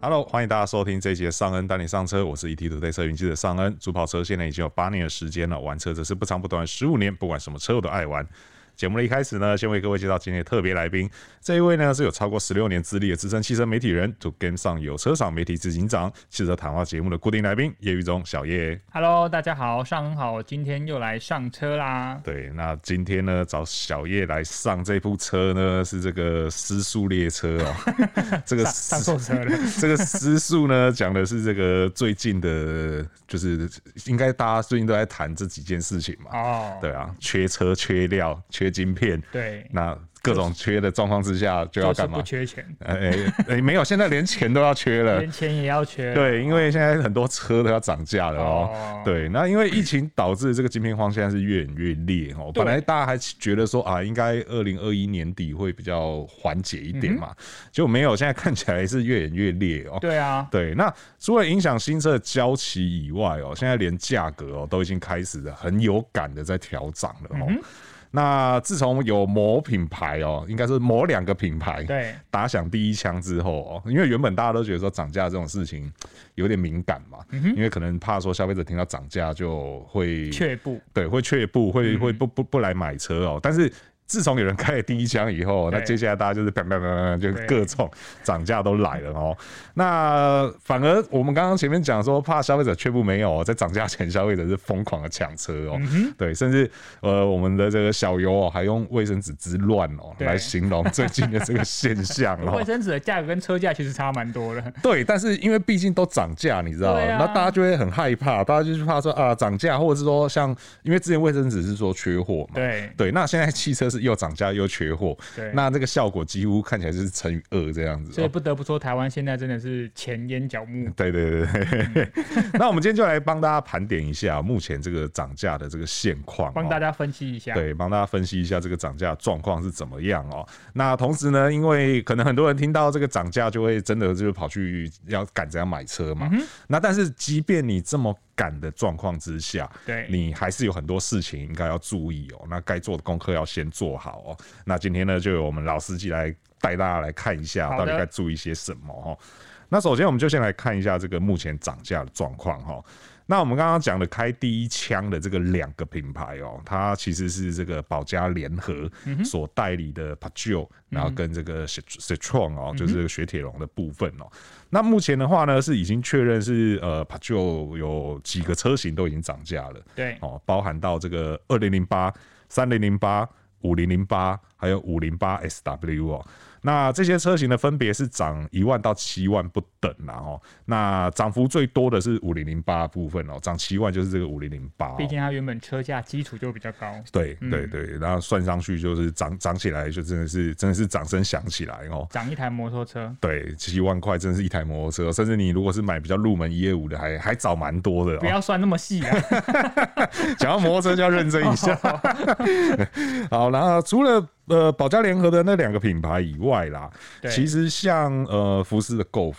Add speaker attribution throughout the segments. Speaker 1: Hello，欢迎大家收听这一节尚恩带你上车，我是 E ETtoday 车云记者尚恩。主跑车现在已经有八年的时间了，玩车则是不长不短十五年，不管什么车我都爱玩。节目的一开始呢，先为各位介绍今天的特别来宾，这一位呢是有超过十六年资历的资深汽车媒体人，To Game 上有车赏媒体执行长，汽车谈话节目的固定来宾叶玉忠小叶。
Speaker 2: Hello，大家好，上午好，我今天又来上车啦。
Speaker 1: 对，那今天呢，找小叶来上这部车呢，是这个失速列车 哦。这个
Speaker 2: 上错车 了。
Speaker 1: 这个失速呢，讲的是这个最近的，就是应该大家最近都在谈这几件事情嘛。
Speaker 2: 哦，
Speaker 1: 对啊，缺车、缺料、缺晶片，
Speaker 2: 对，
Speaker 1: 那各种缺的状况之下，就要
Speaker 2: 就是
Speaker 1: 干
Speaker 2: 不
Speaker 1: 嘛？
Speaker 2: 缺钱，
Speaker 1: 哎哎哎，没有，现在连钱都要缺 了。
Speaker 2: 连钱也要缺。
Speaker 1: 呃对，因为现在很多车都要涨价了哦。
Speaker 2: 哦
Speaker 1: 对，那因为疫情导致这个晶片荒现在是越演越烈哦。
Speaker 2: 对
Speaker 1: 本来大家还觉得说啊，应该二零二一年底会比较缓解一点嘛，结果没有，现在看起来是越演越烈哦。
Speaker 2: 对啊，
Speaker 1: 对，那除了影响新车的交期以外哦，现在连价格哦都已经开始了很有感的在调涨了哦。那自从有某品牌哦，应该是某两个品牌
Speaker 2: 对
Speaker 1: 打响第一枪之后哦，因为原本大家都觉得说涨价这种事情有点敏感嘛，因为可能怕说消费者听到涨价就会
Speaker 2: 却步。
Speaker 1: 对，会却步，
Speaker 2: 嗯
Speaker 1: 会会不不不来买车哦。但是自从有人开了第一枪以后，那
Speaker 2: 对
Speaker 1: 接下来大家就是砰砰砰砰砰，就
Speaker 2: 对
Speaker 1: 各种涨价都来了哦。那反而我们刚刚前面讲说，怕消费者却步没有、哦，在涨价前消费者是疯狂的抢车哦，
Speaker 2: 嗯
Speaker 1: 对，甚至呃我们的这个小游哦，还用卫生纸之乱哦
Speaker 2: 对
Speaker 1: 来形容最近的这个现象哦
Speaker 2: 卫。生纸的价格跟车价其实差蛮多的。
Speaker 1: 对，但是因为毕竟都涨价，你知道，
Speaker 2: 对啊
Speaker 1: 那大家就会很害怕，大家就是怕说啊涨价，或者是说像，因为之前卫生纸是说缺货嘛，
Speaker 2: 对
Speaker 1: 对，那现在汽车是又涨价又缺货，
Speaker 2: 对
Speaker 1: 那哦这个效果几乎看起来就是乘以二这样子
Speaker 2: 所
Speaker 1: 哦、
Speaker 2: 以不得不说，台湾现在真的是前烟角目。
Speaker 1: 对对对对， 那我们今天就来帮大家盘点一下目前这个涨价的这个现况、
Speaker 2: 帮大
Speaker 1: 家。
Speaker 2: 家分析一下，
Speaker 1: 对，帮大家分析一下这个涨价状况是怎么样哦。那同时呢，因为可能很多人听到这个涨价，就会真的就是跑去要赶着要买车
Speaker 2: 嗯
Speaker 1: 嘛。那但是即便你这么赶的状况之下，
Speaker 2: 对
Speaker 1: 你还是有很多事情应该要注意哦。那该做的功课要先做好哦。那今天呢，就由我们老司机来带大家来看一下，
Speaker 2: 好
Speaker 1: 到
Speaker 2: 的
Speaker 1: 底该注意些什么哦。那首先，我们就先来看一下这个目前涨价的状况哈。那我们刚刚讲的开第一枪的这个两个品牌哦，它其实是这个保加联合
Speaker 2: 嗯
Speaker 1: 所代理的 Pajero，、然后跟这个 Citroen
Speaker 2: 嗯
Speaker 1: 哦，就是这个雪铁龙的部分哦。那目前的话呢，是已经确认是呃 Pajero 有几个车型都已经涨价了，
Speaker 2: 对
Speaker 1: 哦，包含到这个二零零八、三零零八、五零零八，还有五零八 SW 哦。那这些车型呢，分别是涨一万到七万不等啦哦。那涨幅最多的是五零零八部分哦，涨七万就是这个五零零八。哦
Speaker 2: 毕竟嗯它原本车价基础就比较高。
Speaker 1: 对对对，然后算上去就是涨涨起来，就真的是真的是掌声响起来哦。
Speaker 2: 涨一台摩托车，
Speaker 1: 对，七万块真的是一台摩托车，哦甚至你如果是买比较入门一二五的，还还早蛮多的、哦。
Speaker 2: 不要算那么 细啊。
Speaker 1: 讲到摩托车就要认真一下。
Speaker 2: 哦
Speaker 1: 好，然后除了呃保加联合的那两个品牌以外啦，
Speaker 2: 对嗯
Speaker 1: 其实像呃福斯的 Golf，、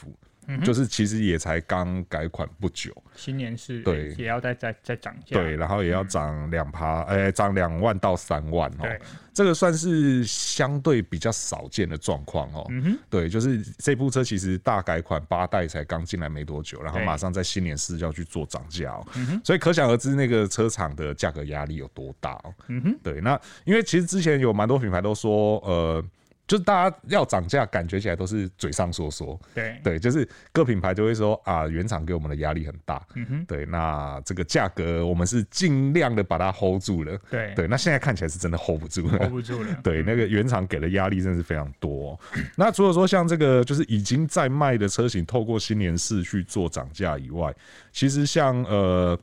Speaker 1: 就是其实也才刚改款不久，
Speaker 2: 新年是
Speaker 1: 对
Speaker 2: 也要再再再涨价。
Speaker 1: 对，哦然后也要涨两趴，哎、涨两万到三万哦
Speaker 2: 嗯对，
Speaker 1: 这个算是相对比较少见的状况哦。
Speaker 2: 嗯
Speaker 1: 对，就是这部车其实大改款八代才刚进来没多久，然后
Speaker 2: 对嗯
Speaker 1: 马上在新年四就要去做涨价哦，所以可想而知那个车厂的价格压力有多大哦。
Speaker 2: 嗯
Speaker 1: 对，那因为其实之前有蛮多品牌都说，呃。就是大家要涨价，感觉起来都是嘴上说说，
Speaker 2: 对
Speaker 1: 对，就是各品牌就会说啊，原厂给我们的压力很大，嗯哼，对，那这个价格我们是尽量的把它 hold 住了，
Speaker 2: 对
Speaker 1: 对，那现在看起来是真的 hold 不住了
Speaker 2: hold。不住了。
Speaker 1: 对，啊那个原厂给的压力真的是非常多哦、 那除了说像这个就是已经在卖的车型，透过新年市去做涨价以外，其实像呃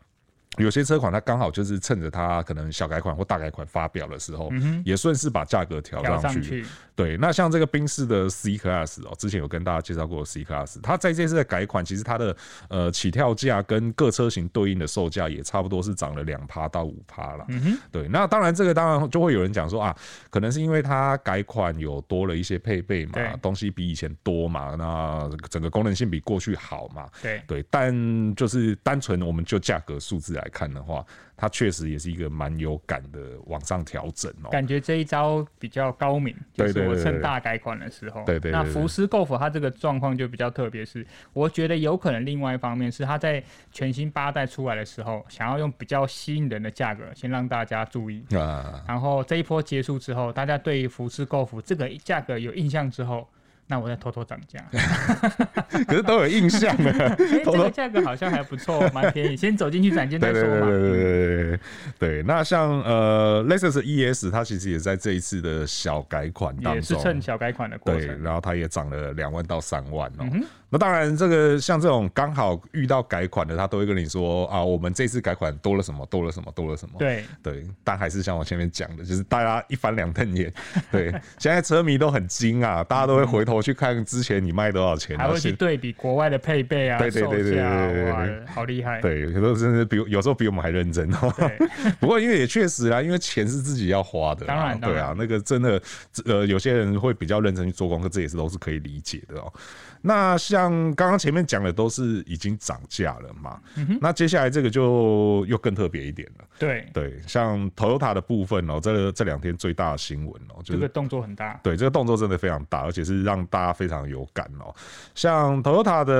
Speaker 1: 有些车款，它刚好就是趁着它可能小改款或大改款发表的时候，也顺势把价格嗯调
Speaker 2: 调
Speaker 1: 上
Speaker 2: 上
Speaker 1: 去。
Speaker 2: 去，
Speaker 1: 对，那像这个宾士的 C Class 哦，之前有跟大家介绍过 C Class，它在这次的改款，其实它的呃起跳价跟各车型对应的售价也差不多是涨了两趴到五趴啦。嗯对，那当然这个当然就会有人讲说啊，可能是因为它改款有多了一些配备嘛
Speaker 2: 对，
Speaker 1: 东西比以前多嘛，那整个功能性比过去好嘛。
Speaker 2: 对
Speaker 1: 对，但就是单纯我们就价格数字来来看的话，它确实也是一个蛮有感的往上调整哦。
Speaker 2: 感觉这一招比较高明，就
Speaker 1: 对
Speaker 2: 是
Speaker 1: 对
Speaker 2: 我
Speaker 1: 对
Speaker 2: 趁
Speaker 1: 对
Speaker 2: 大改款的时候。
Speaker 1: 对对对
Speaker 2: 那
Speaker 1: 对
Speaker 2: 福斯购否它这个状况就比较特别，是我觉得有可能另外一方面是它在全新八代出来的时候，想要用比较吸引人的价格先让大家注意。
Speaker 1: 啊，
Speaker 2: 然后这一波结束之后，大家对于福斯购否这个价格有印象之后，那我再偷 偷涨价。
Speaker 1: 可是都有印象的，
Speaker 2: 哎、
Speaker 1: 偷
Speaker 2: 这
Speaker 1: 偷
Speaker 2: 个价格好像还不错，蛮便宜。先走进去展间再
Speaker 1: 对
Speaker 2: 说
Speaker 1: 对对
Speaker 2: 嘛。嗯
Speaker 1: 对对对对。那像呃，Lexus ES 它其实也在这一次的小改款当中，
Speaker 2: 也是趁小改款的过
Speaker 1: 对，
Speaker 2: 程。嗯
Speaker 1: 然后它也涨了两万到三万哦、那当然，这个像这种刚好遇到改款的，他都会跟你说啊，我们这次改款多了什么，多了什么，多了什么。
Speaker 2: 对，
Speaker 1: 对，但还是像我前面讲的，就是大家一翻两瞪眼。对， 现在车迷都很精啊，大家都会回头去看之前你卖多少钱，
Speaker 2: 还
Speaker 1: 然后
Speaker 2: 会去
Speaker 1: 现
Speaker 2: 对比国外的配备啊、
Speaker 1: 对对对
Speaker 2: 售价啊
Speaker 1: 对对对对
Speaker 2: 哇，好厉害！
Speaker 1: 对，有时候真的是比我有时候比我们还认真哦。
Speaker 2: 对，
Speaker 1: 不过因为也确实啦，因为钱是自己要花的啦，
Speaker 2: 当然当
Speaker 1: 对
Speaker 2: 然
Speaker 1: 啊，那个真的，呃，有些人会比较认真去做功课，这也是都是可以理解的哦、那像刚刚前面讲的都是已经涨价了嘛，
Speaker 2: 嗯
Speaker 1: 那接下来这个就又更特别一点了。
Speaker 2: 对，
Speaker 1: 对，像 Toyota 的部分哦、这这两天最大的新闻哦、就
Speaker 2: 这
Speaker 1: 是
Speaker 2: 个动作很大。
Speaker 1: 对，这个动作真的非常大，而且是让大家非常有感哦。像 Toyota 的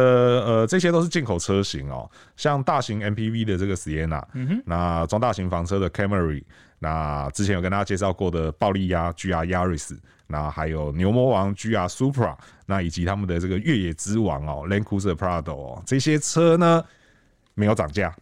Speaker 1: 呃，这些都是进口车型哦，像大型 MPV 的这个 Sienna，、那中大型房车的 Camry，那之前有跟大家介绍过的暴力鸭 GR Yaris。那还有牛魔王 GR Supra，那以及他们的这个越野之王哦，Land Cruiser Prado 哦，这些车呢没有涨价，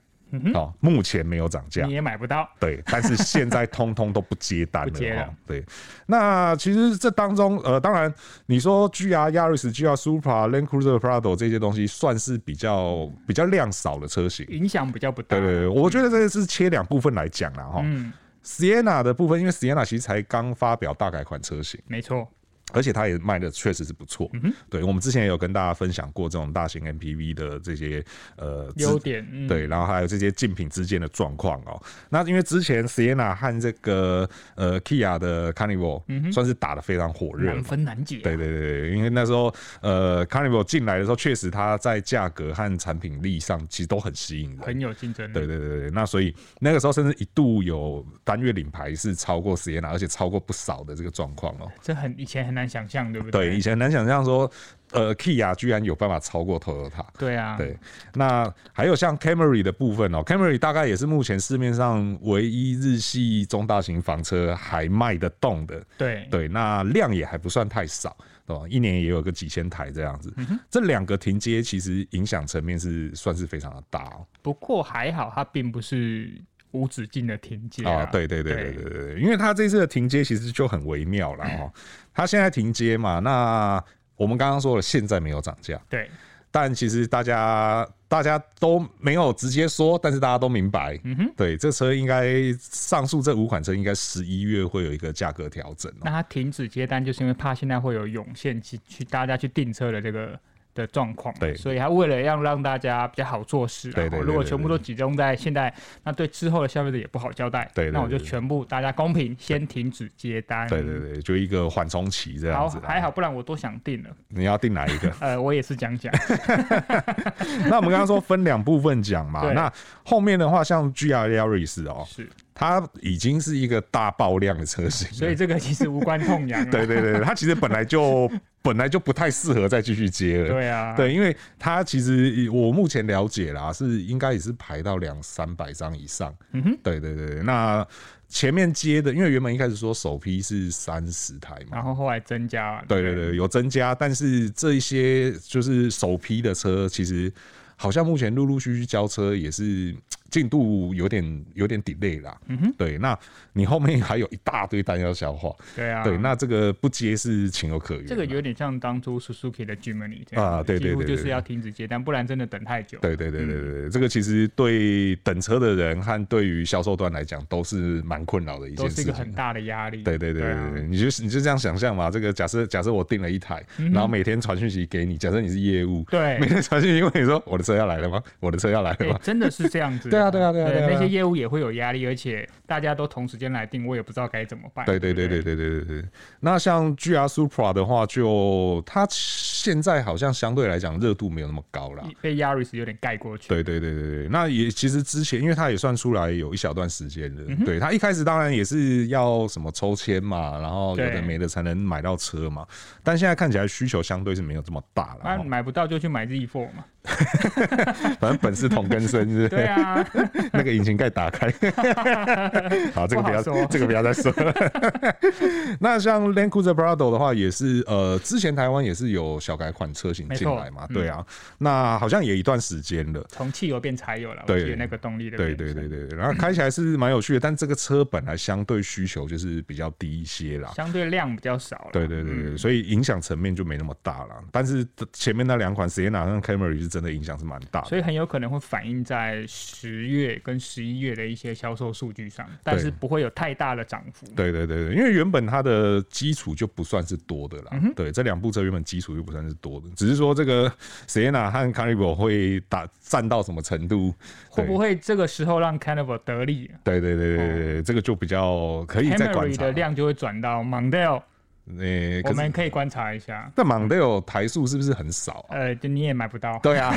Speaker 1: 哦，目前没有涨价，
Speaker 2: 你也买不到，
Speaker 1: 对，但是现在通通都不接单了、
Speaker 2: 不接了
Speaker 1: 哦。对，那其实这当中，呃，当然你说 G R Yaris、G R Supra、Land Cruiser Prado 这些东西算是比较比较量少的车型。
Speaker 2: 影响比较不大。
Speaker 1: 对对对，我觉得这是切两部分来讲啦哈。
Speaker 2: 啊嗯，
Speaker 1: Sienna 的部分，因为 Sienna 其实才刚发表大改款车型，
Speaker 2: 没错，
Speaker 1: 而且它也卖的确实是不错。
Speaker 2: 嗯
Speaker 1: 对，我们之前也有跟大家分享过这种大型 MPV 的这些呃资
Speaker 2: 优点，嗯，
Speaker 1: 对，然后还有这些竞品之间的状况哦。那因为之前 Sienna 和这个呃 Kia 的 Carnival、算是打得非常嗯火热
Speaker 2: 难
Speaker 1: 嘛。
Speaker 2: 分难解啊。
Speaker 1: 对对对对，因为那时候呃 Carnival 进来的时候，确实它在价格和产品力上其实都很吸引人。
Speaker 2: 很有竞争力。
Speaker 1: 对对对对，那所以那个时候甚至一度有单月领牌是超过 Sienna，而且超过不少的这个状况哦。
Speaker 2: 这很以前很难想象，对不
Speaker 1: 对，以
Speaker 2: 对
Speaker 1: 前很难想象说，呃，Kia 居然有办法超过 Toyota。
Speaker 2: 对啊，
Speaker 1: 对，那还有像 Camry 的部分哦，Camry 大概也是目前市面上唯一日系中大型房车还卖得动的，
Speaker 2: 对
Speaker 1: 对，那量也还不算太少，哦，一年也有个几千台这样子。这两个停街其实影响层面是算是非常的大哦。
Speaker 2: 不过还好，它并不是无止境的停接
Speaker 1: 啊，对对对对对对对，因为它这次的停街其实就很微妙了哦，它现在停街嘛，那我们刚刚说了，现在没有涨价。
Speaker 2: 对
Speaker 1: 但其实大家大家都没有直接说，但是大家都明白，
Speaker 2: 嗯
Speaker 1: 对，这车应该上述这五款车应该十一月会有一个价格调整、哦
Speaker 2: 那它停止接单，就是因为怕现在会有涌现去去大家去订车的这个的状况，
Speaker 1: 对
Speaker 2: 所以它为了要让大家比较好做事、啊，
Speaker 1: 对对对
Speaker 2: 如果
Speaker 1: 对
Speaker 2: 全部都集中在现在，那对之后的消费者也不好交代，
Speaker 1: 对对对
Speaker 2: 那我就全部大家公平，先停止接单，
Speaker 1: 对对对，就一个缓冲期这样
Speaker 2: 嗯好
Speaker 1: 子啦。
Speaker 2: 还好，不然我都想订了，
Speaker 1: 你要定哪一个？
Speaker 2: 呃，我也是讲讲，
Speaker 1: 那我们刚刚说分两部分讲嘛，
Speaker 2: 对
Speaker 1: 那后面的话像 G R Yaris 哦，
Speaker 2: 是，
Speaker 1: 它已经是一个大爆量的车型了，
Speaker 2: 所以这个其实无关痛痒、啊，
Speaker 1: 对对对，它其实本来就本来就不太适合再继续接了。
Speaker 2: 对啊，
Speaker 1: 对，因为它其实以我目前了解啦，是应该也是排到两三百张以上。嗯哼，对对对，那前面接的，因为原本一开始说首批是三十台嘛
Speaker 2: 然。后后来增加了，
Speaker 1: 对对对，有增加，但是这一些就是首批的车，其实好像目前陆陆续续交车也是进度有点有点 delay 啦。嗯哼，对，那你后面还有一大堆单要消化，
Speaker 2: 对啊，
Speaker 1: 对，那这个不接是情有可原啦。
Speaker 2: 这个有点像当初 Suzuki 的 Germany 这
Speaker 1: 啊
Speaker 2: 样子，
Speaker 1: 对对
Speaker 2: 几乎
Speaker 1: 对
Speaker 2: 就
Speaker 1: 对
Speaker 2: 是要停止接单，不然真的等太久。
Speaker 1: 对对对对
Speaker 2: 嗯
Speaker 1: 对，对，这个其实对等车的人和对于销售端来讲都是蛮困扰的一件
Speaker 2: 都是
Speaker 1: 事
Speaker 2: 一个很
Speaker 1: 情。
Speaker 2: 大的压力。
Speaker 1: 对对对对
Speaker 2: 啊
Speaker 1: 对，对你就你就这样想象嘛，这个假设假设我订了一台，然后每天传讯息给你，假设你是业务，
Speaker 2: 嗯对
Speaker 1: 每天传讯息问你说我的车要来了吗？我的车要来了
Speaker 2: 哎
Speaker 1: 吗？
Speaker 2: 真的是这样子。
Speaker 1: 对啊，对啊，对啊，
Speaker 2: 对，
Speaker 1: 啊
Speaker 2: 那些业务也会有压力，而且大家都同时间来订，我也不知道该怎么办。
Speaker 1: 对对
Speaker 2: 不
Speaker 1: 对对对对对对。那像 GR Supra 的话就，它现在好像相对来讲热度没有那么高啦。
Speaker 2: 被 Yaris 有点盖过去。
Speaker 1: 对对对对对，那也其实之前，因为它也算出来有一小段时间了。
Speaker 2: 嗯
Speaker 1: 对，它一开始当然也是要什么抽签嘛，然后有的
Speaker 2: 对
Speaker 1: 没的才能买到车嘛。但现在看起来需求相对是没有这么大了。
Speaker 2: 啊，
Speaker 1: 哦
Speaker 2: 买不到就去买 Z4 嘛。
Speaker 1: 反正本是同根生，是不
Speaker 2: 对
Speaker 1: 是？
Speaker 2: 啊，
Speaker 1: 那个引擎盖打 开。好，这个不要，
Speaker 2: 不好说
Speaker 1: 这个不要再说了。 那像 Land Cruiser Prado 的话，也是呃，之前台湾也是有小改款车型
Speaker 2: 没
Speaker 1: 进
Speaker 2: 错嗯
Speaker 1: 来嘛，对啊，那好像也一段时间了。
Speaker 2: 从汽油变柴油了，我
Speaker 1: 对
Speaker 2: 记得那个动力的。
Speaker 1: 对对对。对，对然后开起来是蛮有趣的，但这个车本来相对需求就是比较低一些啦。
Speaker 2: 相对量比较少了，
Speaker 1: 对对对对，
Speaker 2: 嗯
Speaker 1: 所以影响层面就没那么大了。但是前面那两款 Sienna 跟 Camry 是真的影响是蛮大的。
Speaker 2: 所以很有可能会反映在十月跟十一月的一些销售数据上，但是不会有太大的涨幅。
Speaker 1: 对对对对，因为原本它的基础就不算是多的
Speaker 2: 嗯
Speaker 1: 啦。对，这两部车原本基础就不算是多的，只是说这个 Sienna 和 Camry 会打占到什么程度？
Speaker 2: 会不
Speaker 1: 会？
Speaker 2: 会这个时候让 Carnival 得利
Speaker 1: 对对对对对，这个就比较可以再观
Speaker 2: 哦？Camry
Speaker 1: 察
Speaker 2: 的。量就会转到 Mondeo，
Speaker 1: 诶，
Speaker 2: 我
Speaker 1: 可
Speaker 2: 们
Speaker 1: 是
Speaker 2: 可以观察一下。
Speaker 1: 那 Mondeo 台数是不是很少啊？
Speaker 2: 呃，就你也买不到，
Speaker 1: 对啊。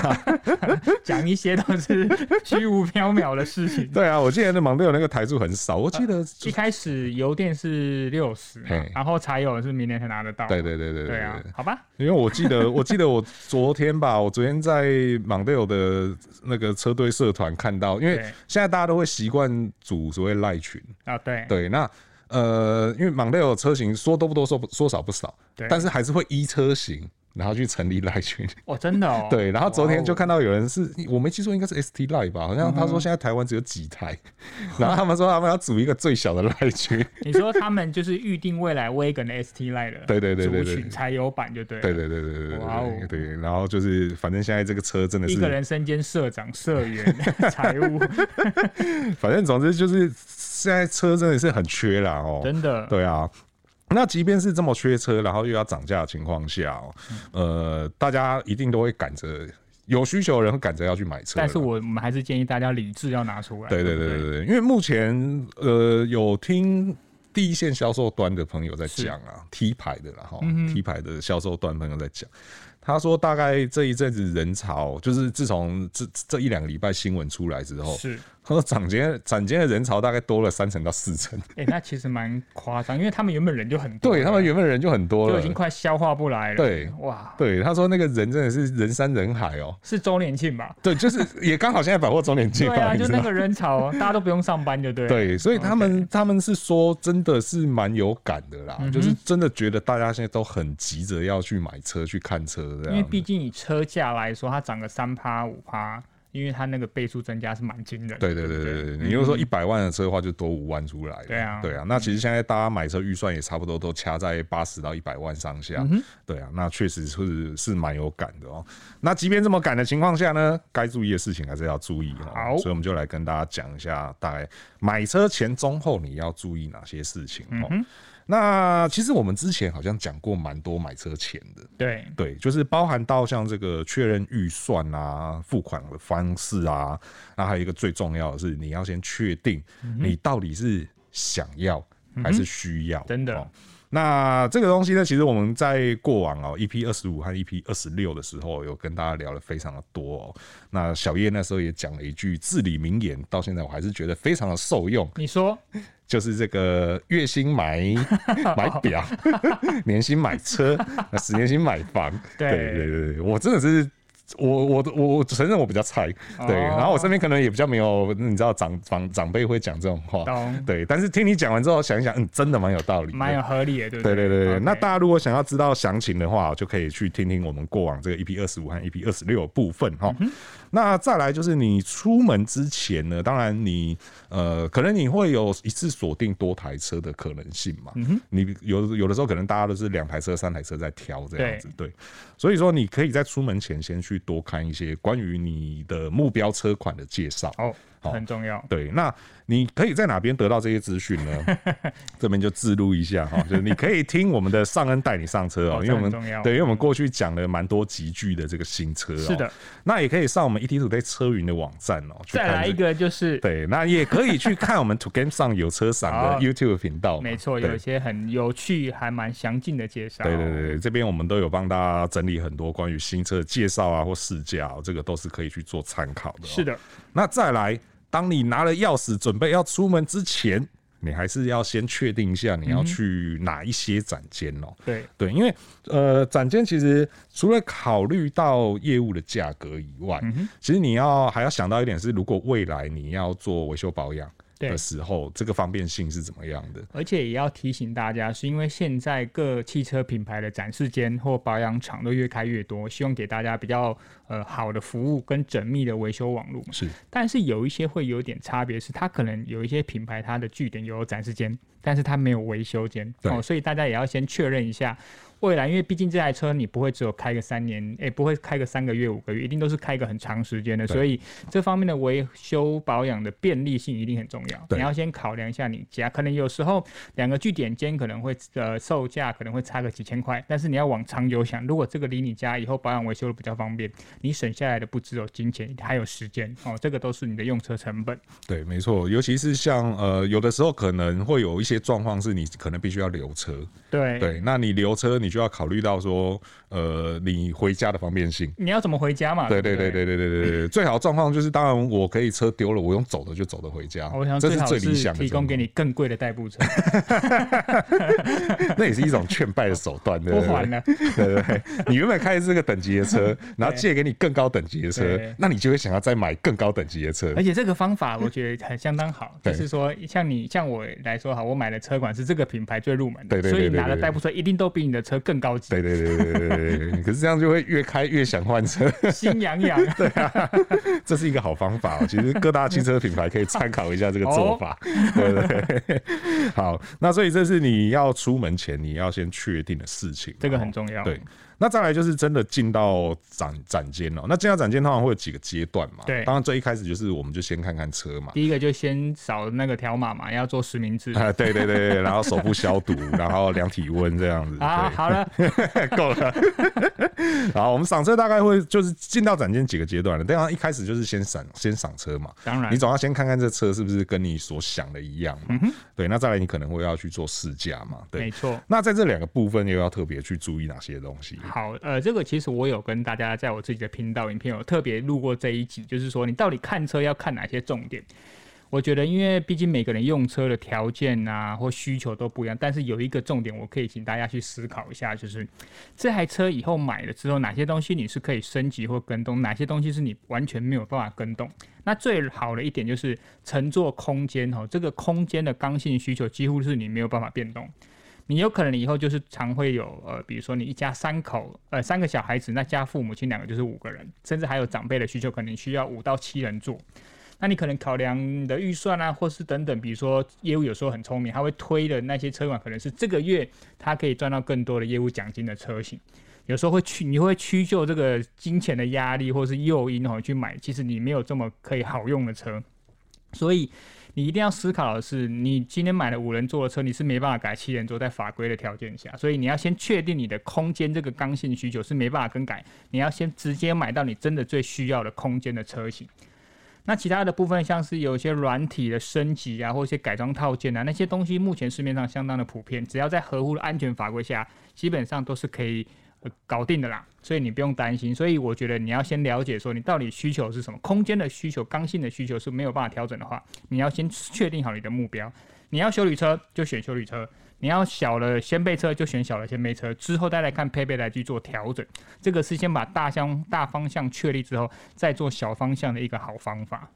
Speaker 2: 讲一些都是 虚无缥缈的事情。
Speaker 1: 对啊，我记得那蒙队有那个台数很少，我记得就是、
Speaker 2: 一开始油电是六十
Speaker 1: 嘿，
Speaker 2: 然后柴油是明年才拿得到。
Speaker 1: 对对对对
Speaker 2: 对啊，好吧，
Speaker 1: 因为我记得，我记得我昨天吧，我昨天在蒙队有的那个车队社团看到，因为
Speaker 2: 对
Speaker 1: 现在大家都会习惯组所谓赖群，
Speaker 2: 啊对
Speaker 1: 对，那。呃，因为蒙队有车型说多不多，说不说少不少，
Speaker 2: 对，
Speaker 1: 但是还是会依车型然后去成立赖群。
Speaker 2: 哦真的 哦，
Speaker 1: 对，然后昨天就
Speaker 2: 哇哦嗯
Speaker 1: 看到有人是我没记错，应该是 ST Line 吧，好像他说现在台湾只有几台， 然后他们说他们要组一个最小的赖群。
Speaker 2: 你说他们就是预定未来 Wagon 的 ST Line 的
Speaker 1: 对对对对
Speaker 2: 族
Speaker 1: 对
Speaker 2: 群柴油版就对了
Speaker 1: 对对对对对对
Speaker 2: 哇哦
Speaker 1: 对对，然后就是反正现在这个车真的
Speaker 2: 一个
Speaker 1: 是，
Speaker 2: 人身兼社长、社员、 财务，
Speaker 1: 反正总之就是现在车真的是很缺啦哦。
Speaker 2: 真的
Speaker 1: 对啊，那即便是这么缺车，然后又要涨价的情况下、哦，呃，大家一定都会赶着有需求的人会赶着要去买车啦。
Speaker 2: 但是我我们还是建议大家理智要拿出来。
Speaker 1: 对对
Speaker 2: 不
Speaker 1: 对对对，因为目前呃有听第一线销售端的朋友在讲啊，T 牌的啦哈、t 牌的销售端朋友在讲，他说大概这一阵子人潮，就是自从这这一两个礼拜新闻出来之后，
Speaker 2: 是，
Speaker 1: 他说展间展间的人潮大概多了三成到四成，
Speaker 2: 哎、那其实蛮夸张，因为他们原本人就很多了，
Speaker 1: 对他们原本人就很多
Speaker 2: 就
Speaker 1: 了
Speaker 2: 已，经快消化不来了。
Speaker 1: 对
Speaker 2: 哇，
Speaker 1: 对他说那个人真的是人山人海哦、
Speaker 2: 是周年庆吧？
Speaker 1: 对，就是也刚好现在百货周年庆
Speaker 2: 对
Speaker 1: 嘛，
Speaker 2: 啊，
Speaker 1: 你
Speaker 2: 就
Speaker 1: 知道
Speaker 2: 那个人潮，大家都不用上班，就对了。
Speaker 1: 对，所以他们他们是说，真的是蛮有感的
Speaker 2: 嗯
Speaker 1: 啦，就是真的觉得大家现在都很急着要去买车、去看车这
Speaker 2: 因为
Speaker 1: 样。
Speaker 2: 毕竟以车价来说，它涨个三趴五趴，因为它那个倍数增加是蛮惊人的。
Speaker 1: 对对对对对，你如果说一百万的车的话，就多五万出来了。
Speaker 2: 对啊
Speaker 1: 对啊。那其实现在大家买车预算也差不多都掐在八十到一百万上下。对啊，那确实是是蛮有感的哦。那即便这么赶的情况下呢，该注意的事情还是要注意哦。
Speaker 2: 好
Speaker 1: 所以我们就来跟大家讲一下，大概买车前、中、后你要注意哪些事情哦。那其实我们之前好像讲过蛮多买车前的，
Speaker 2: 对
Speaker 1: 对，就是包含到像这个确认预算啊、付款的方式啊，那还有一个最重要的是，你要先确定
Speaker 2: 嗯
Speaker 1: 你到底是想要还是需要，
Speaker 2: 真的
Speaker 1: 哦那这个东西呢，其实我们在过往哦，EP 二十五和 EP 二十六的时候，有跟大家聊了非常的多哦。那小叶那时候也讲了一句至理名言，到现在我还是觉得非常的受用，
Speaker 2: 你说
Speaker 1: 就是这个月薪买 买表， 年薪买车，那十年薪买房。
Speaker 2: 对
Speaker 1: 对对对对，我真的是。我我我我承认我比较菜，对，
Speaker 2: 哦
Speaker 1: 然后我身边可能也比较没有，你知道长长长辈会讲这种话，
Speaker 2: 懂
Speaker 1: 对，但是听你讲完之后想一想，嗯，真的蛮有道理的，
Speaker 2: 蛮有合理的，对不
Speaker 1: 对对对对，
Speaker 2: OK
Speaker 1: 那大家如果想要知道详情的话，就可以去听听我们过往这个 EP 二十五和 EP 二十六部分哈。
Speaker 2: 嗯
Speaker 1: 那再来就是你出门之前呢，当然你呃，可能你会有一次锁定多台车的可能性嘛。
Speaker 2: 嗯
Speaker 1: 你有有的时候可能大家都是两台车、三台车在挑这样子，对。所以说你可以在出门前先去多看一些关于你的目标车款的介绍。
Speaker 2: 哦，
Speaker 1: 好
Speaker 2: 很重要。
Speaker 1: 对，那你可以在哪边得到这些资讯 呢？这边就自录一下哈，就是你可以听我们的上恩带你上车哦，
Speaker 2: 哦
Speaker 1: 因为我
Speaker 2: 这很重
Speaker 1: 们
Speaker 2: 要
Speaker 1: 对，因为我们过去讲了蛮多集聚的这个新车哦，
Speaker 2: 是的，
Speaker 1: 那也可以上我们 ET Today 车云的网站哦，去
Speaker 2: 再
Speaker 1: 看
Speaker 2: 来
Speaker 1: 这
Speaker 2: 一个就是，
Speaker 1: 对，那也可以去看我们 To Game 上有车赏
Speaker 2: 好
Speaker 1: 的哦 YouTube 频道嘛，
Speaker 2: 哦没错，
Speaker 1: 对
Speaker 2: 有一些很有趣，还蛮详尽的介绍。
Speaker 1: 对对对，对，这边我们都有帮大家整理很多关于新车的介绍啊或试驾、哦，这个都是可以去做参考的、哦
Speaker 2: 是，的，
Speaker 1: 那再来，当你拿了钥匙准备要出门之前，你还是要先确定一下你要去哪一些展间哦、
Speaker 2: 对，
Speaker 1: 对，因为呃，展间其实除了考虑到业务的价格以外，其实你要还要想到一点是，如果未来你要做维修保养的
Speaker 2: 对
Speaker 1: 时候，这个方便性是怎么样的？
Speaker 2: 而且也要提醒大家，是因为现在各汽车品牌的展示间或保养厂都越开越多，希望给大家比较呃好的服务跟缜密的维修网络。
Speaker 1: 是，
Speaker 2: 但是有一些会有点差别，是它可能有一些品牌它的据点有展示间，但是它没有维修间
Speaker 1: 对
Speaker 2: 哦，所以大家也要先确认一下。未来，因为毕竟这台车你不会只有开个三年，诶，不会开个三个月、五个月，一定都是开个很长时间的，
Speaker 1: 对
Speaker 2: 所以这方面的维修保养的便利性一定很重要。
Speaker 1: 对
Speaker 2: 你要先考量一下你家，可能有时候两个据点间可能会呃售价可能会差个几千块，但是你要往长久想，如果这个离你家以后保养维修的比较方便，你省下来的不只有金钱，还有时间哦，这个都是你的用车成本。
Speaker 1: 对，没错，尤其是像呃，有的时候可能会有一些状况是你可能必须要留车，
Speaker 2: 对，
Speaker 1: 对，那你留车你就要考虑到说，呃，你回家的方便性。
Speaker 2: 你要怎么回家嘛？
Speaker 1: 对
Speaker 2: 对
Speaker 1: 对
Speaker 2: 不
Speaker 1: 对对对对对对，最好的状况就是，当然我可以车丢了，我用走的就走的回家，
Speaker 2: 我想
Speaker 1: 这
Speaker 2: 最好
Speaker 1: 最理想的
Speaker 2: 提
Speaker 1: 状
Speaker 2: 供给你更贵的代步车，
Speaker 1: 况， 那也是一种劝败的手段，对
Speaker 2: 我
Speaker 1: 不
Speaker 2: 还
Speaker 1: 对？
Speaker 2: 了。
Speaker 1: 对对对，你原本开的是这个等级的车，然后
Speaker 2: 对
Speaker 1: 借给你更高等级的车
Speaker 2: 对，哎
Speaker 1: 那你就会想要再买更高等级的车
Speaker 2: 而，且这个方法我觉得很相当好，
Speaker 1: 对
Speaker 2: 就是说像你像我来说好，我买的车款是这个品牌最入门的，
Speaker 1: 对对对
Speaker 2: 所以
Speaker 1: 对
Speaker 2: 拿的
Speaker 1: 对
Speaker 2: 代步车一定都比你的车更高级，
Speaker 1: 对对对对对对对对。可是这样就会越开越想换车，
Speaker 2: 心痒痒。
Speaker 1: 这是一个好方法哦。其实各大汽车品牌可以参考一下这个做
Speaker 2: 哦
Speaker 1: 法， 对不对？ 好，那所以这是你要出门前你要先确定的事情，
Speaker 2: 这个很
Speaker 1: 哦
Speaker 2: 重要
Speaker 1: 对，那再来就是真的进到展展间哦。那进到展间通常会有几个阶段嘛？
Speaker 2: 对
Speaker 1: 当然最一开始就是我们就先看看车嘛。
Speaker 2: 第一个就先扫那个条码嘛，要做实名制。
Speaker 1: 啊， 对对对对，然后手部消毒，然后量体温这样子，
Speaker 2: 啊，好了，
Speaker 1: 对，够了。然后我们赏车大概会就是进到展间几个阶段了，当然一开始就是先赏先赏车嘛，
Speaker 2: 当然
Speaker 1: 你总要先看看这车是不是跟你所想的一样嘛，
Speaker 2: 嗯
Speaker 1: 对，那再来你可能会要去做试驾嘛，对
Speaker 2: 没，错。
Speaker 1: 那在这两个部分又要特别去注意哪些东西？
Speaker 2: 好，呃，这个其实我有跟大家在我自己的频道影片有特别录过这一集，就是说你到底看车要看哪些重点。我觉得，因为毕竟每个人用车的条件啊或需求都不一样，但是有一个重点，我可以请大家去思考一下，就是这台车以后买了之后，哪些东西你是可以升级或跟动，哪些东西是你完全没有办法跟动。那最好的一点就是乘坐空间哦，这个空间的刚性需求几乎是你没有办法变动。你有可能以后就是常会有呃，比如说你一家三口，呃，三个小孩子，那加父母亲两个就是五个人，甚至还有长辈的需求，可能需要五到七人座。那你可能考量你的预算啊，或是等等，比如说业务有时候很聪明，他会推的那些车款，可能是这个月他可以赚到更多的业务奖金的车型。有时候会去，你会屈就这个金钱的压力，或是诱因哦去买，其实你没有这么可以好用的车，所以你一定要思考的是，你今天买了五人座的车，你是没办法改七人座，在法规的条件下，所以你要先确定你的空间这个刚性需求是没办法更改，你要先直接买到你真的最需要的空间的车型。那其他的部分，像是有一些软体的升级啊，或一些改装套件啊，那些东西目前市面上相当的普遍，只要在合乎安全法规下，基本上都是可以、呃、搞定的啦。所以你不用担心。所以我觉得你要先了解说你到底需求是什么，空间的需求、刚性的需求是没有办法调整的话，你要先确定好你的目标。你要修理车就选修理车，你要小的掀背车就选小的掀背车，之后再来看配备来去做调整。这个是先把大项大方向确立之后，再做小方向的一个好方法。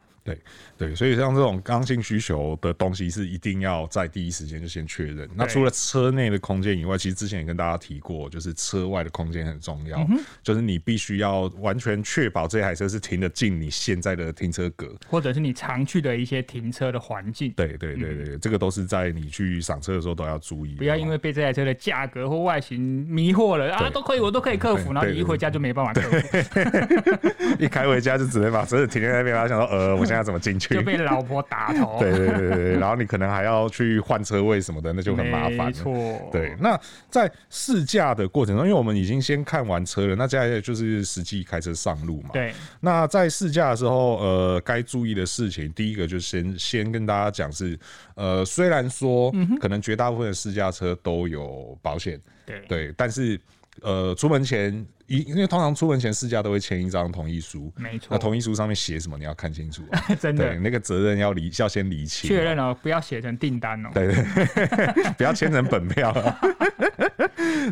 Speaker 1: 对，所以像这种刚性需求的东西是一定要在第一时间就先确认。那除了车内的空间以外，其实之前也跟大家提过，就是车外的空间很重
Speaker 2: 嗯
Speaker 1: 要，就是你必须要完全确保这台车是停得进你现在的停车格。
Speaker 2: 或者是你常去的一些停车的环境，
Speaker 1: 对对对对，这个都是在你去赏车的时候都要注意的哦。
Speaker 2: 嗯不要因为被这台车的价格或外形迷惑了啊，
Speaker 1: 对
Speaker 2: 都可以，我都可以克服，
Speaker 1: 对
Speaker 2: 然后你一回家就没办法克服。
Speaker 1: 一开回家就只能把车子停在那边，然后想说呃，我现在现在怎么进去
Speaker 2: 就？被哦老婆打头，
Speaker 1: 对对对对对，然后你可能还要去换车位什么的，那就很麻烦
Speaker 2: 没
Speaker 1: 了。
Speaker 2: 错，
Speaker 1: 对，，那在试驾的过程中，因为我们已经先看完车了，那接下来就是实际开车上路嘛。。
Speaker 2: 对，
Speaker 1: 那在试驾的时候，呃，该注意的事情，第一个就是先先跟大家讲是，呃，虽然说
Speaker 2: 嗯
Speaker 1: 可能绝大部分的试驾车都有保险，
Speaker 2: 对
Speaker 1: 对，但是呃，出门前一因为通常出门前试驾都会签一张同意书，
Speaker 2: 没错
Speaker 1: 那同意书上面写什么你要看清楚、啊，
Speaker 2: 真
Speaker 1: 对，
Speaker 2: 的
Speaker 1: 那个责任要理要先理清、啊
Speaker 2: 确认哦，不要写成订单哦，
Speaker 1: 对对， 不要签成本票啊。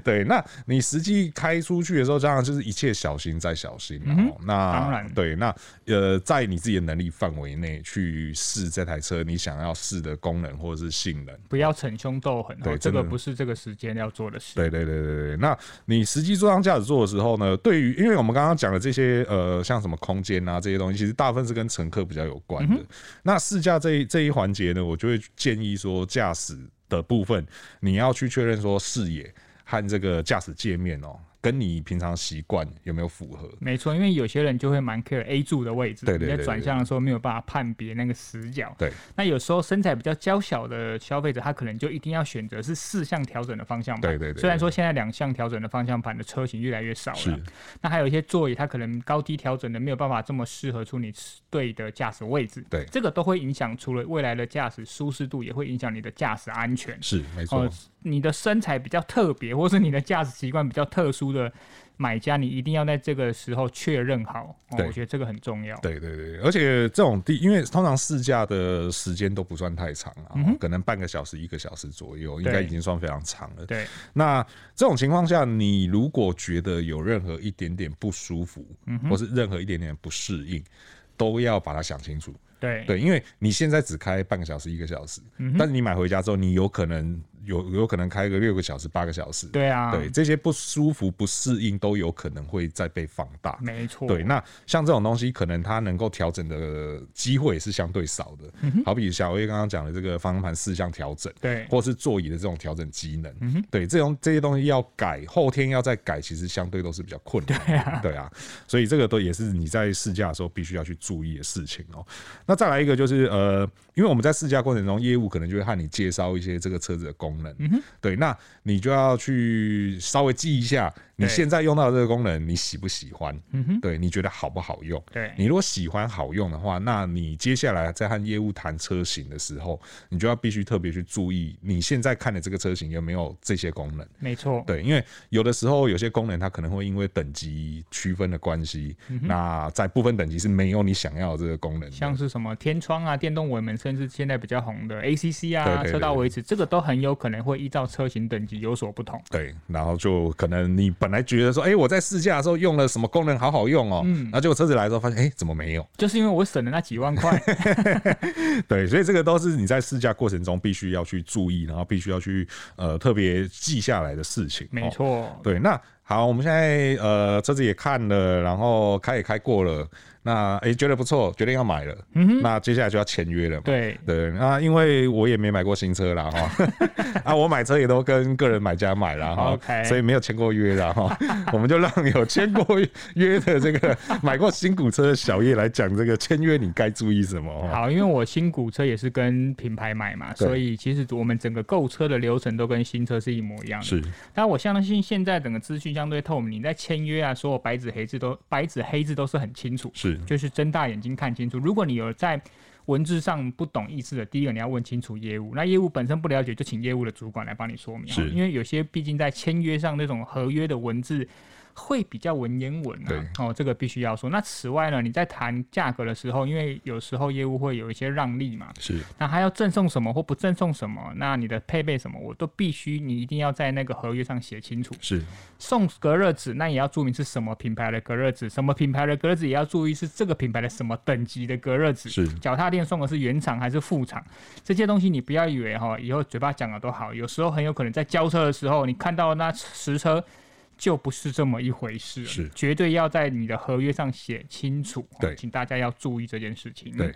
Speaker 1: 对，那你实际开出去的时候，当然就是一切小心再小心啦、哦。那
Speaker 2: 嗯当然
Speaker 1: 对，那呃，在你自己的能力范围内去试这台车你想要试的功能或者是性能。
Speaker 2: 不要逞凶斗狠哦，
Speaker 1: 对
Speaker 2: 这
Speaker 1: 真
Speaker 2: 个
Speaker 1: 的
Speaker 2: 不是这个时间要做的事，
Speaker 1: 对对对对对，那你实际坐上驾驶座的时候呢？对于，因为我们刚刚讲的这些呃，像什么空间啊这些东西，其实大部分是跟乘客比较有关
Speaker 2: 嗯
Speaker 1: 的。那试驾这一这一环节呢，我就会建议说，驾驶的部分你要去确认说视野和这个驾驶界面哦，跟你平常习惯有没有符合。
Speaker 2: 没错，因为有些人就会蛮 care A 柱的位置，
Speaker 1: 对对
Speaker 2: 你在
Speaker 1: 对
Speaker 2: 转
Speaker 1: 对
Speaker 2: 向的时候没有办法判别那个死角。
Speaker 1: 对，
Speaker 2: 那有时候身材比较娇小的消费者，他可能就一定要选择是四项调整的方向盘。
Speaker 1: 对对对对
Speaker 2: 虽然说现在两项调整的方向盘的车型越来越少了
Speaker 1: 是，
Speaker 2: 那还有一些座椅，它可能高低调整的没有办法这么适合出你对的驾驶位置。
Speaker 1: 对
Speaker 2: 这个都会影响除了未来的驾驶舒适度，也会影响你的驾驶安全。
Speaker 1: 是没错，
Speaker 2: 哦，你的身材比较特别，或是你的驾驶习惯比较特殊的买家，你一定要在这个时候确认好。哦、
Speaker 1: 对
Speaker 2: 我觉得这个很重要。
Speaker 1: 对对对，而且这种地，因为通常试驾的时间都不算太长啊，可能半个小时、一个小时左右，应该
Speaker 2: 嗯对
Speaker 1: 已经算非常长了。
Speaker 2: 对
Speaker 1: 那这种情况下，你如果觉得有任何一点点不舒服，
Speaker 2: 嗯
Speaker 1: 或是任何一点点不适应，都要把它想清楚。
Speaker 2: 对嗯
Speaker 1: 对，因为你现在只开半个小时、一个小时，但是你买回家之后，你有可能有有可能开个六个小时、八个小时。
Speaker 2: 对啊，
Speaker 1: 对，这些不舒服、不适应都有可能会再被放大。
Speaker 2: 没错。
Speaker 1: 对，那像这种东西，可能它能够调整的机会是相对少的。
Speaker 2: 嗯
Speaker 1: 好比小 A 刚刚讲的这个方向盘四项调整，
Speaker 2: 对
Speaker 1: 或是座椅的这种调整机能，对，这种这些东西要改，后天要再改，其实相对都是比较困难的。对啊，所以这个都也是你在试驾的时候必须要去注意的事情哦、那再来一个就是呃，因为我们在试驾过程中，业务可能就会和你介绍一些这个车子的功能，对，那你就要去稍微记一下，你
Speaker 2: 对
Speaker 1: 现在用到的这个功能你喜不喜欢？对，你觉得好不好用？
Speaker 2: 对
Speaker 1: 你如果喜欢好用的话，那你接下来在和业务谈车型的时候，你就要必须特别去注意你现在看的这个车型有没有这些功能。
Speaker 2: 没错。
Speaker 1: 对，因为有的时候有些功能它可能会因为等级区分的关系，
Speaker 2: 嗯
Speaker 1: 那在部分等级是没有你想要的这个功能的。
Speaker 2: 像是什么天窗啊、电动尾门，甚至现在比较红的 ACC 啊、
Speaker 1: 对对对
Speaker 2: 车道维持，这个都很有可能会依照车型等级有所不同。
Speaker 1: 对，然后就可能你本来觉得说，哎、我在试驾的时候用了什么功能好好用哦，
Speaker 2: 嗯
Speaker 1: 然后结果车子来的时候发现，哎、怎么 没有？
Speaker 2: 就是因为我省了那几万 块，
Speaker 1: 对，所以这个都是你在试驾过程中必须要去注意，然后必须要去呃特别记下来的事情。
Speaker 2: 没
Speaker 1: 哦
Speaker 2: 错。
Speaker 1: 对，那好，我们现在呃车子也看了，然后开也开过了，那诶觉得不错，决定要买了，
Speaker 2: 嗯
Speaker 1: 那接下来就要签约了嘛。
Speaker 2: 对
Speaker 1: 对，那因为我也没买过新车啦哈， 啊，我买车也都跟个人买家买啦哈
Speaker 2: OK
Speaker 1: 所以没有签过约啦哈，我们就让有签过约的这个买过新股车的小叶来讲这个签约你该注意什么哈。
Speaker 2: 好，因为我新股车也是跟品牌买嘛，
Speaker 1: 哦对
Speaker 2: 所以其实我们整个购车的流程都跟新车是一模一样的。
Speaker 1: 是
Speaker 2: 但我相信现在整个资讯相对透明，你在签约啊，所有白纸黑字都白纸黑字都是很清楚，
Speaker 1: 是，
Speaker 2: 就是睁大眼睛看清楚。如果你有在文字上不懂意思的，第一个你要问清楚业务，那业务本身不了解，就请业务的主管来帮你说明哦，
Speaker 1: 是
Speaker 2: 因为有些毕竟在签约上那种合约的文字。会比较文言文
Speaker 1: 对
Speaker 2: 啊，哦，这个必须要说。那此外呢，你在谈价格的时候，因为有时候业务会有一些让利嘛，
Speaker 1: 是
Speaker 2: 那他要赠送什么或不赠送什么，那你的配备什么，我都必须你一定要在那个合约上写清楚。
Speaker 1: 是
Speaker 2: 送隔热纸，那也要注明是什么品牌的隔热纸，什么品牌的隔热纸也要注意是这个品牌的什么等级的隔热纸。
Speaker 1: 是
Speaker 2: 脚踏垫送的是原厂还是副厂，这些东西你不要以为哈，以后嘴巴讲的都好，有时候很有可能在交车的时候，你看到那实车。就不是这么一回事了，
Speaker 1: 是
Speaker 2: 绝对要在你的合约上写清楚。哦
Speaker 1: 对
Speaker 2: 请大家要注意这件事情。
Speaker 1: 对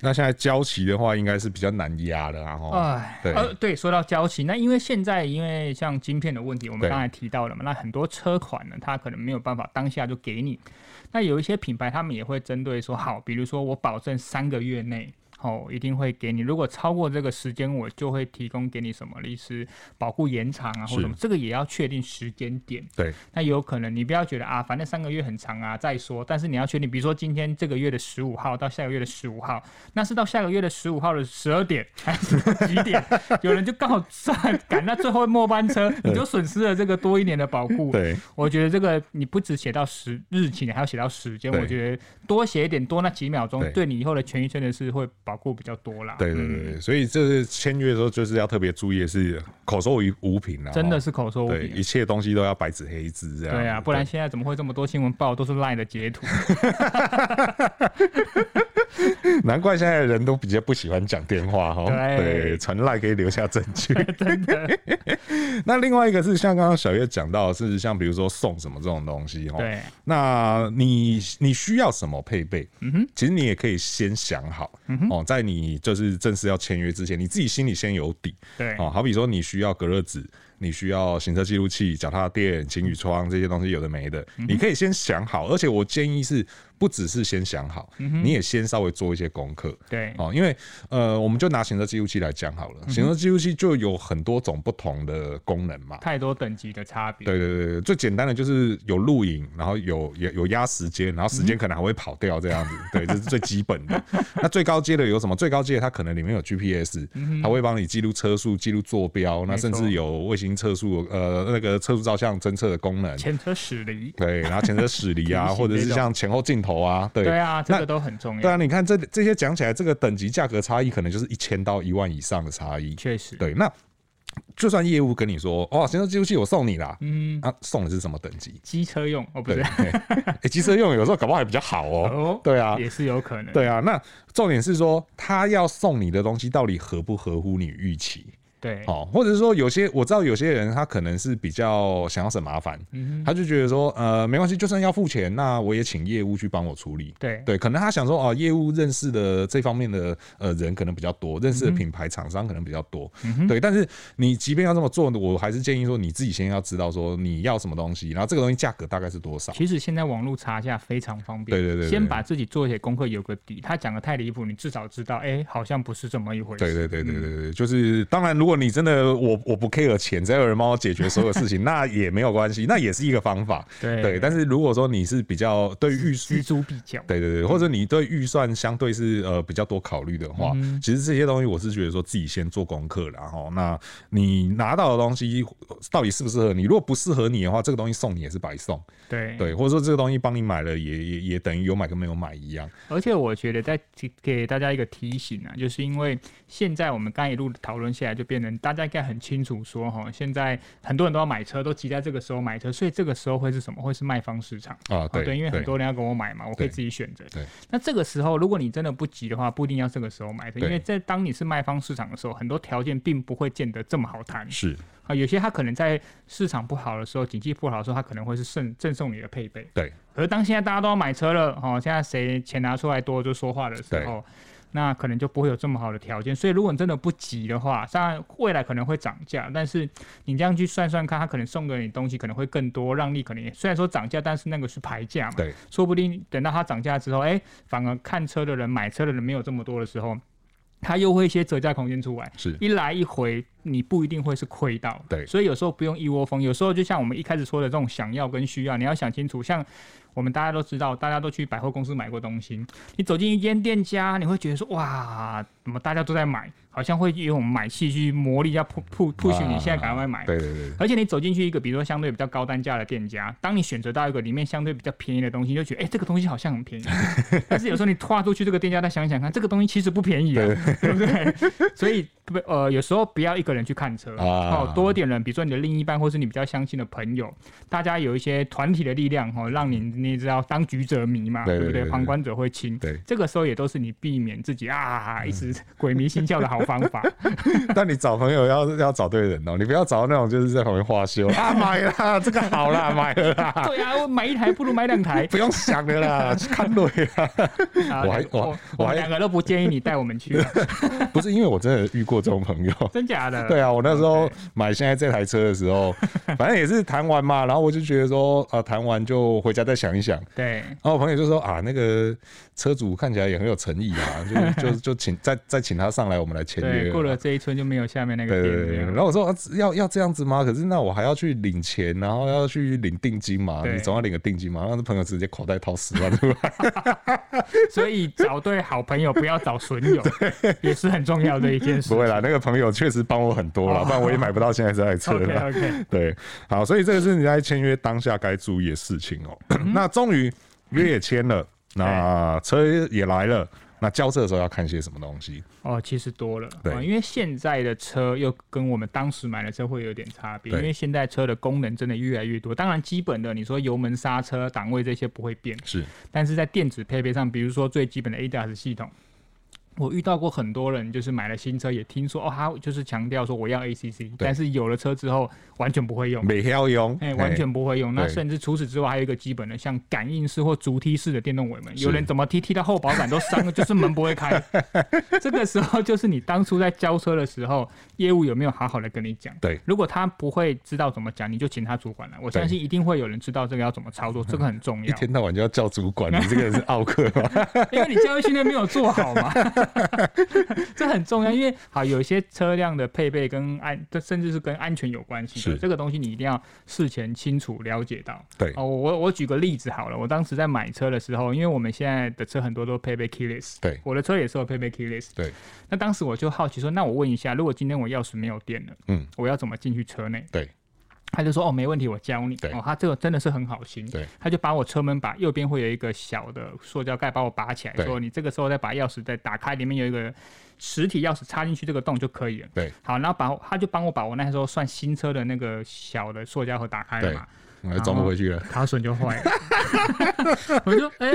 Speaker 1: 那现在交期的话，应该是比较难压的啊，哈。
Speaker 2: 哎，
Speaker 1: 对
Speaker 2: 呃，对，说到交期，那因为现在因为像晶片的问题，我们
Speaker 1: 对
Speaker 2: 刚才提到了嘛，那很多车款呢，它可能没有办法当下就给你。那有一些品牌，他们也会针对说，好，比如说我保证三个月内。哦，一定会给你。如果超过这个时间，我就会提供给你什么，类似保护延长啊，或
Speaker 1: 是
Speaker 2: 什么。这个也要确定时间点。
Speaker 1: 对，
Speaker 2: 那有可能你不要觉得啊，反正三个月很长啊，再说。但是你要确定，比如说今天这个月的十五号到下个月的十五号，那是到下个月的十五号的十二点还是几 点？有人就刚好算赶到最后末班车，你就损失了这个多一年的保护。
Speaker 1: 对，
Speaker 2: 我觉得这个你不只写到时日期，你还要写到时间。
Speaker 1: 对
Speaker 2: 我觉得多写一点，多那几秒钟
Speaker 1: 对，
Speaker 2: 对你以后的权益真的是会保护比较多啦。
Speaker 1: 对对对
Speaker 2: 嗯
Speaker 1: 对，所以这是签约的时候就是要特别注意的是口说无无凭啊，
Speaker 2: 真的
Speaker 1: 齁
Speaker 2: 是口说无
Speaker 1: 对，
Speaker 2: 凭
Speaker 1: 一。切东西都要白纸黑字这样。
Speaker 2: 对啊，不然现在怎么会这么多新闻报都是赖的截图？
Speaker 1: 对难怪现在人都比较不喜欢讲电话哈。齁
Speaker 2: 对
Speaker 1: 对，传赖可以留下证据。
Speaker 2: 真的。
Speaker 1: 那另外一个是像刚刚小月讲到的，是像比如说送什么这种东西哈。齁
Speaker 2: 对，
Speaker 1: 那你你需要什么配备？嗯哼，其实你也可以先想好、
Speaker 2: 嗯
Speaker 1: 哦，在你就是正式要签约之前，你自己心里先有底。
Speaker 2: 对
Speaker 1: 哦，好比说你需要隔热纸，你需要行车记录器、脚踏垫、晴雨窗这些东西，有的没的，你可以先想好。而且我建议是，不只是先想好，你也先稍微做一些功课。
Speaker 2: 对
Speaker 1: 哦，因为呃，我们就拿行车记录器来讲好了，行车记录器就有很多种不同的功能嘛。
Speaker 2: 太多等级的差别。
Speaker 1: 对对对对，最简单的就是有录影，然后有有有压时间，然后时间可能还会跑掉这样子，
Speaker 2: 嗯
Speaker 1: 对，这是最基本 的。那最高阶的有什么？最高阶的它可能里面有 GPS，、它会帮你记录车速、记录坐标，那
Speaker 2: 嗯没错
Speaker 1: 甚至有卫星测速，呃，那个测速照相侦测的功能。
Speaker 2: 前车驶离。
Speaker 1: 对，然后前车驶离啊，
Speaker 2: 提醒
Speaker 1: 或者是
Speaker 2: 这种
Speaker 1: 像前后镜头啊，对
Speaker 2: 对啊，这
Speaker 1: 那
Speaker 2: 个都很重
Speaker 1: 对啊，
Speaker 2: 要。
Speaker 1: 你看这这些讲起来，这个等级价格差异可能就是一千到一万以上的差异。
Speaker 2: 确实，
Speaker 1: 对，那就算业务跟你说，哦，行车记录器我送你啦，嗯，啊，送的是什么等级？
Speaker 2: 机车用哦，不
Speaker 1: 对，
Speaker 2: 是
Speaker 1: 哎、欸，机车用有时候搞不好还比较好哦。
Speaker 2: 哦，
Speaker 1: 对啊，
Speaker 2: 也是有可能。
Speaker 1: 对啊。那重点是说，他要送你的东西到底合不合乎你预期？
Speaker 2: 对
Speaker 1: 哦，或者是说，有些我知道有些人他可能是比较想要省麻烦，
Speaker 2: 嗯
Speaker 1: 他就觉得说，呃，没关系，就算要付钱，那我也请业务去帮我处理。
Speaker 2: 对
Speaker 1: 对，可能他想说哦，业务认识的这方面的呃人可能比较多，认
Speaker 2: 嗯
Speaker 1: 识的品牌厂商可能比较多，对。但是你即便要这么做，我还是建议说你自己先要知道说你要什么东西，然后这个东西价格大概是多少。
Speaker 2: 其实现在网络查价非常方便，
Speaker 1: 对对对对
Speaker 2: 先把自己做一些功课有个底。他讲的太离谱，你至少知道，哎，好像不是这么一回事。
Speaker 1: 对对对对对对，就是当然，如果你真的我我不 care 钱，只要有人帮我解决所有事情，那也没有关系，那也是一个方法。
Speaker 2: 对
Speaker 1: 对，但是如果说你是比较对预
Speaker 2: 锱铢必较。
Speaker 1: 对对对，或者你对预算相对是呃比较多考虑的话，其实这些东西我是觉得说自己先做功课啦，然后那你拿到的东西呃到底适不适合你？如果不适合你的话，这个东西送你也是白送，
Speaker 2: 对
Speaker 1: 对，或者说这个东西帮你买了也也也等于有买跟没有买一样，
Speaker 2: 而且我觉得在提给大家一个提醒啊，就是因为现在我们刚一路讨论下来，就变成大家应该很清楚说哈，现在很多人都要买车，都急在这个时候买车，所以这个时候会是什么？会是卖方市场
Speaker 1: 啊对
Speaker 2: 哦因为
Speaker 1: 对
Speaker 2: 很多人要跟我买嘛，我可
Speaker 1: 对
Speaker 2: 以自己选择。
Speaker 1: 对，
Speaker 2: 那这个时候如果你真的不急的话，不一定要这个时候买车，因
Speaker 1: 对
Speaker 2: 为在当你是卖方市场的时候，很多条件并不会见得这么好谈
Speaker 1: 是
Speaker 2: 啊。有些它可能在市场不好的时候，经济不好的时候，它可能会是赠赠送你的配备。
Speaker 1: 对
Speaker 2: 可是当现在大家都要买车了，哦，现在谁钱拿出来多就说话的时候，那可能就不会有这么好的条件。所以如果你真的不急的话，当然未来可能会涨价，但是你这样去算算看，他可能送给你东西可能会更多，让利可能也虽然说涨价，但是那个是牌价嘛，
Speaker 1: 对
Speaker 2: 说不定等到它涨价之后，哎、反而看车的人、买车的人没有这么多的时候，它又会一些折价空间出来。
Speaker 1: 是
Speaker 2: 一来一回，你不一定会是亏到。
Speaker 1: 对
Speaker 2: 所以有时候不用一窝蜂，有时候就像我们一开始说的这种想要跟需要，你要想清楚。像我们大家都知道，大家都去百货公司买过东西，你走进一间店家，你会觉得说哇，怎么大家都在买，好像会有种买气去磨力要 p u
Speaker 1: 不
Speaker 2: p 你现在赶快买。
Speaker 1: 对对对
Speaker 2: 而且你走进去一个，比如说相对比较高单价的店家，当你选择到一个里面相对比较便宜的东西，你就觉得哎、诶这个东西好像 很便宜。但是有时候你跨出去这个店家，再想一想看，这个东西其实不便宜啊，对不对？所以不呃，有时候不要一个人去看车，
Speaker 1: 啊
Speaker 2: 哦，多一点人，比如说你的另一半或是你比较相信的朋友，大家有一些团体的力量哦，让你你知道当局者迷嘛，
Speaker 1: 对对
Speaker 2: 不
Speaker 1: 对对
Speaker 2: 旁观者会轻，
Speaker 1: 对
Speaker 2: 这个时候也都是你避免自己啊一直鬼迷心窍的好方 法。
Speaker 1: 但你找朋友要要找对人哦，你不要找那种就是在旁边花 休啊，买啦，这个好啦，买了啦，
Speaker 2: 对啊，我买一台不如买两台
Speaker 1: 不用想了啦， 去看对啦。
Speaker 2: 啊！
Speaker 1: 我还我
Speaker 2: 我
Speaker 1: 我
Speaker 2: 我
Speaker 1: 还
Speaker 2: 们两个都不建议你带我 们去啊，
Speaker 1: 不是因为我真的遇过这种朋友，
Speaker 2: 真假的？
Speaker 1: 对
Speaker 2: 啊，
Speaker 1: 啊，我那时候
Speaker 2: OK
Speaker 1: 买现在这台车的时 候，反正也是谈完嘛，然后我就觉得说，啊，谈完就回家再想一想。
Speaker 2: 对。
Speaker 1: 然后我朋友就说啊，那个车主看起来也很有诚意啊，就就就请再再请他上来，我们来签约
Speaker 2: 对，
Speaker 1: 啊。
Speaker 2: 过了这一村就没有下面那
Speaker 1: 对
Speaker 2: 个
Speaker 1: 对
Speaker 2: 店
Speaker 1: 对对
Speaker 2: 了。
Speaker 1: 然后我说、啊、要要这样子吗？可是那我还要去领钱，然后要去领定金嘛，
Speaker 2: 对
Speaker 1: 你总要领个定金嘛。然后那朋友直接口袋掏十万出 来，
Speaker 2: 所以找对好朋友，不要找损友，也是很重要的一件事
Speaker 1: 不。会啦，那个朋友确实帮我很多了，不然我也买不到现在这台车
Speaker 2: 哦 OK
Speaker 1: 了。
Speaker 2: OK，
Speaker 1: 对，好，所以这个是你在签约当下该注意的事情哦、
Speaker 2: 嗯
Speaker 1: 那终于约也签了，那
Speaker 2: 哎
Speaker 1: 车也来了，那交车的时候要看些什么东西？
Speaker 2: 哦，其实多了，
Speaker 1: 对
Speaker 2: 哦因为现在的车又跟我们当时买的车会有点差别，
Speaker 1: 对
Speaker 2: 因为现在车的功能真的越来越多。当然，基本的你说油门、刹车、档位这些不会变，
Speaker 1: 是
Speaker 2: 但是在电子配备上，比如说最基本的 ADAS 系统，我遇到过很多人，就是买了新车，也听说哦，他就是强调说我要 ACC，但是有了车之后完全不会用。
Speaker 1: 没要用，
Speaker 2: 哎、完全不会用。那
Speaker 1: 对
Speaker 2: 甚至除此之外，还有一个基本的，像感应式或足踢式的电动尾门，
Speaker 1: 是
Speaker 2: 有人怎么踢踢到后保杆都伤了，就是门不 会开。这个时候就是你当初在交车的时候，业务有没有好好的跟你讲？
Speaker 1: 对，
Speaker 2: 如果他不会知道怎么讲，你就请他主管来。我
Speaker 1: 对
Speaker 2: 相信一定会有人知道这个要怎么 操作，这个很重
Speaker 1: 一
Speaker 2: 要，
Speaker 1: 天到晚就要叫主管，你这个人是奥 克吗？
Speaker 2: 因为你教育训练没有做 好嘛，这很重要。因为好有一些车辆的配备跟安，这甚至是跟安全有关系的，
Speaker 1: 是
Speaker 2: 这个东西你一定要事前清楚了解到。
Speaker 1: 对，
Speaker 2: 哦，我我举个例子好了，我当时在买车的时候，因为我们现在的车很多都配备 keyless，
Speaker 1: 对
Speaker 2: 我的车也是有配备 keyless，
Speaker 1: 对。
Speaker 2: 那当时我就好奇说，那我问一下，如果今天我钥匙没有电了，
Speaker 1: 嗯，
Speaker 2: 我要怎么进去车内？
Speaker 1: 对。
Speaker 2: 他就说哦，没问题，我教你
Speaker 1: 对。
Speaker 2: 哦，他这个真的是很好心。
Speaker 1: 对，
Speaker 2: 他就把我车门把右边会有一个小的塑胶盖把我拔起来，
Speaker 1: 对
Speaker 2: 说你这个时候再把钥匙再打开，里面有一个实体钥匙插进去这个洞就可以了。
Speaker 1: 对，
Speaker 2: 好，然后把我他就帮我把我那时候算新车的那个小的塑胶盒打开了
Speaker 1: 对
Speaker 2: 嘛，
Speaker 1: 我哎装不回去 了。
Speaker 2: 卡榫就 坏了。我就哎、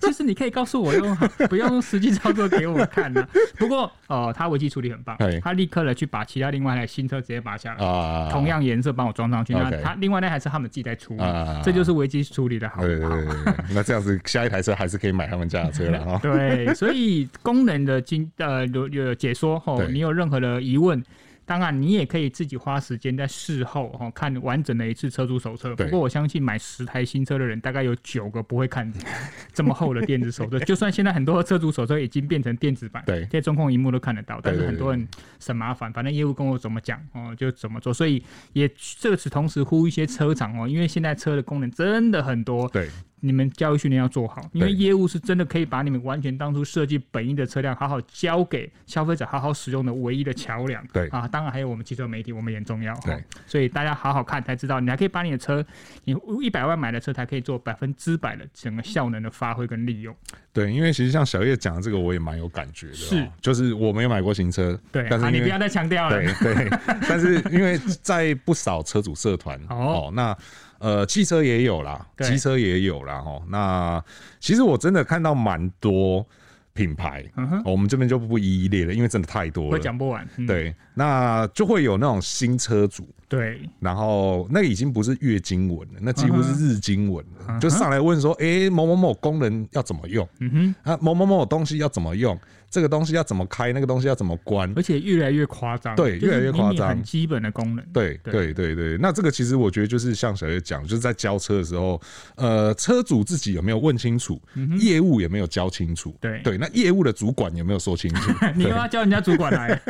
Speaker 2: 其实你可以告诉我用，不要用实际操作给我 看呢、不过哦，他危机处理很棒
Speaker 1: 嘿，
Speaker 2: 他立刻的去把其他另外一台新车直接拔下来，
Speaker 1: 啊，
Speaker 2: 哦同样颜色帮我装上去。那
Speaker 1: OK
Speaker 2: 他另外那台是他们自己在出嘛，
Speaker 1: 啊
Speaker 2: 这就是危机处理的好。
Speaker 1: 对对对对，对那这样子下一台车还是可以买他们家的 车了哦哈。
Speaker 2: 对，所以功能的经呃有有解说吼，
Speaker 1: 对
Speaker 2: 你有任何的疑问，当然你也可以自己花时间在事后吼看完整的一次车主手册。
Speaker 1: 对
Speaker 2: 不过我相信买十台新车的人，大概有九个不会看 这么厚的电子手 册。就算现在很多车主手册已经变成电子版，
Speaker 1: 对
Speaker 2: 在中控荧幕都看得到，但是
Speaker 1: 对对
Speaker 2: 很多人省麻烦，反正业务跟我怎么讲哦就怎么做。所以也这此同时呼吁一些车厂哦，因为现在车的功能真的很多，
Speaker 1: 对，
Speaker 2: 你们教育训练要做好，因为
Speaker 1: 对
Speaker 2: 业务是真的可以把你们完全当初设计本意的车辆，好好交给消费者好好使用的唯一的桥梁。
Speaker 1: 对
Speaker 2: 啊，当然还有我们汽车媒体，我们也很重要。
Speaker 1: 对
Speaker 2: 哦，所以大家好好看才知道，你还可以把你的车，你一百万买的车才可以做百分之百的整个效能的发挥跟利用。
Speaker 1: 对，因为其实像小叶讲的这个，我也蛮有感觉的、哦。
Speaker 2: 是，
Speaker 1: 就是我没有买过新车，
Speaker 2: 对，
Speaker 1: 但
Speaker 2: 啊，
Speaker 1: 是
Speaker 2: 你
Speaker 1: 因
Speaker 2: 不
Speaker 1: 为、
Speaker 2: 要再强调了。
Speaker 1: 对对， 但是因为在不少车主社团
Speaker 2: 哦
Speaker 1: 哦那呃汽车也有啦，
Speaker 2: 对
Speaker 1: 机车也有啦哦。那其实我真的看到蛮多品牌、
Speaker 2: 嗯哼，
Speaker 1: 哦我们这边就不一一列了，因为真的太多
Speaker 2: 我
Speaker 1: 了。
Speaker 2: 讲不完。嗯、
Speaker 1: 对，那就会有那种新车主，
Speaker 2: 对，
Speaker 1: 然后那已经不是月经文了，那几乎是
Speaker 2: 嗯
Speaker 1: 日经文了。就上来问说，诶，某某某功能要怎么用？
Speaker 2: 嗯哼，
Speaker 1: 啊，某某某东西要怎么用？这个东西要怎么开？那个东西要怎么关？
Speaker 2: 而且越来越夸张。
Speaker 1: 对
Speaker 2: 就是
Speaker 1: 越来越夸张
Speaker 2: 明明很基本的功能。
Speaker 1: 对对
Speaker 2: 对
Speaker 1: 对对，那这个其实我觉得就是像小月讲，就是在交车的时候，呃，车主自己有没有问清楚，业务有没有交清楚，
Speaker 2: 嗯对
Speaker 1: 对，那业务的主管有没有说清 楚？
Speaker 2: 你又要叫人家主管来了。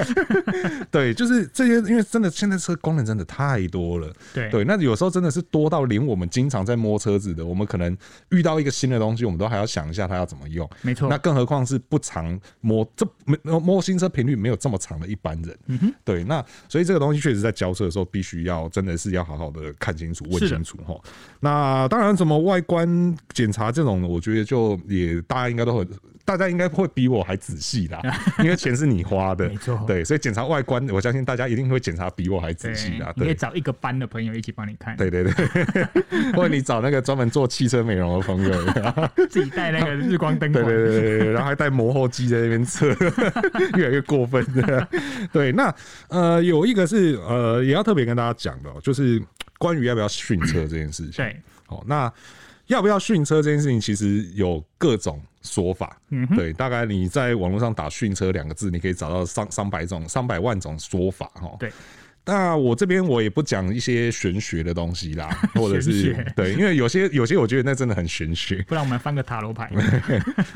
Speaker 1: 对，就是这些，因为真的现在车功能真的太多了，
Speaker 2: 对
Speaker 1: 对，那有时候真的是多到连我们经常在摸车子的，我们可能遇到一个新的东西，我们都还要想一下它要怎么用。
Speaker 2: 没错。
Speaker 1: 那更何况是不常摸这没摸新车频率没有这么长的一般人，
Speaker 2: 嗯
Speaker 1: 对，那所以这个东西确实在交车的时候，必须要真的是要好好的看清楚、问
Speaker 2: 是的
Speaker 1: 清楚哈。那当然，什么外观检查这种，我觉得就也大家应该都很大家应该会比我还仔细 啦，因为钱是你花的，
Speaker 2: 没错
Speaker 1: 对，所以检查外观，我相信大家一定会检查比我还仔细啦，
Speaker 2: 你可以
Speaker 1: 对。
Speaker 2: 找一个班的朋友一起帮你看，
Speaker 1: 对对对， 或者你找那个专门做汽车美容的朋友，
Speaker 2: 自己带那个日 光灯
Speaker 1: 对
Speaker 2: 管。
Speaker 1: 对对对对，然后还带磨后机在那边测， 越来越过分的。对，那呃，有一个是呃，也要特别跟大家讲的、哦，就是关于要不要训车这件事情。
Speaker 2: 对
Speaker 1: 好、那要不要训车这件事情，其实有各种说法。
Speaker 2: 嗯
Speaker 1: 对，大概你在网络上打“训车”两个字，你可以找到上上百种、上百万种说法哈。
Speaker 2: 对。
Speaker 1: 那我这边我也不讲一些玄学的东西 啦，或者
Speaker 2: 玄
Speaker 1: 是
Speaker 2: 学
Speaker 1: 对，因为有些有些我觉得那真的很玄 学，
Speaker 2: 不然我们翻个塔罗牌。